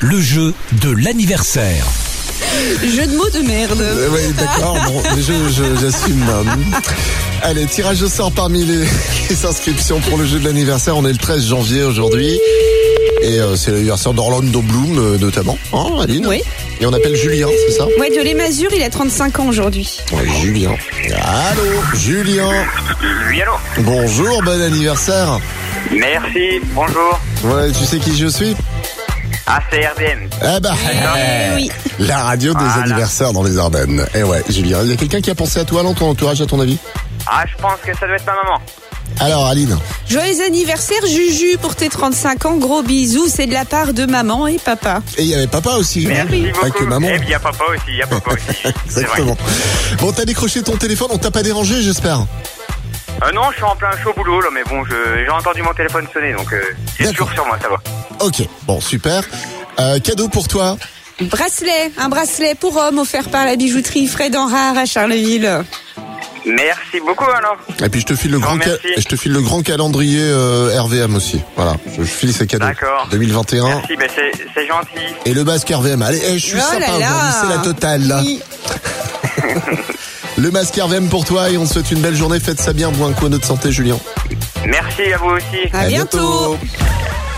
le jeu de l'anniversaire. Jeu de mots de merde. Euh, oui, d'accord, bon, mais je- je- j'assume. Allez, tirage au sort parmi les, les inscriptions pour le jeu de l'anniversaire. On est le 13 janvier aujourd'hui. Et euh, c'est l'anniversaire d'Orlando Bloom, euh, notamment. Hein, Aline Oui. Et on appelle Julien, c'est ça Ouais, de Mazur, il a 35 ans aujourd'hui. Ouais, Julien. Allô, Julien. Oui, allô Bonjour, bon anniversaire. Merci, bonjour. Ouais, tu sais qui je suis Ah, c'est RBM. Eh ben, Eh oui. la radio des Voilà. anniversaires dans les Ardennes. Eh ouais, Julien, il y a quelqu'un qui a pensé à toi dans ton entourage, à ton avis Ah, je pense que ça doit être ma maman. Alors, Aline Joyeux anniversaire, Juju, pour tes 35 ans. Gros bisous, c'est de la part de maman et papa. Et il y avait papa aussi. hein Merci Pas beaucoup. que maman. Et puis, il y a papa aussi, il y a papa aussi. C'est vrai. Exactement. Bon, t'as décroché ton téléphone, on t'a pas dérangé, j'espère. Euh, non, je suis en plein chaud boulot, là, mais bon, je- j'ai entendu mon téléphone sonner, donc euh, il est D'accord. toujours sur moi, ça va. Ok, bon, super. Euh, cadeau pour toi. Bracelet, un bracelet pour homme offert par la bijouterie Fred Enrard à Charleville. Merci beaucoup, alors. Et puis je te file le Non, grand, ca- merci. je te file le grand calendrier euh, RVM aussi. Voilà, je, je file ces cadeaux. D'accord. 2021 Merci, ben c'est c'est gentil. et le basque RVM. Allez, eh, je suis Oh sympa là aujourd'hui, là. c'est la totale. là. Oui. Le masque RVM pour toi et on te souhaite une belle journée. Faites ça bien, bon un coup à notre santé, Julien. Merci à vous aussi. À, bientôt.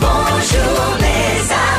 bonjour les Ardennes.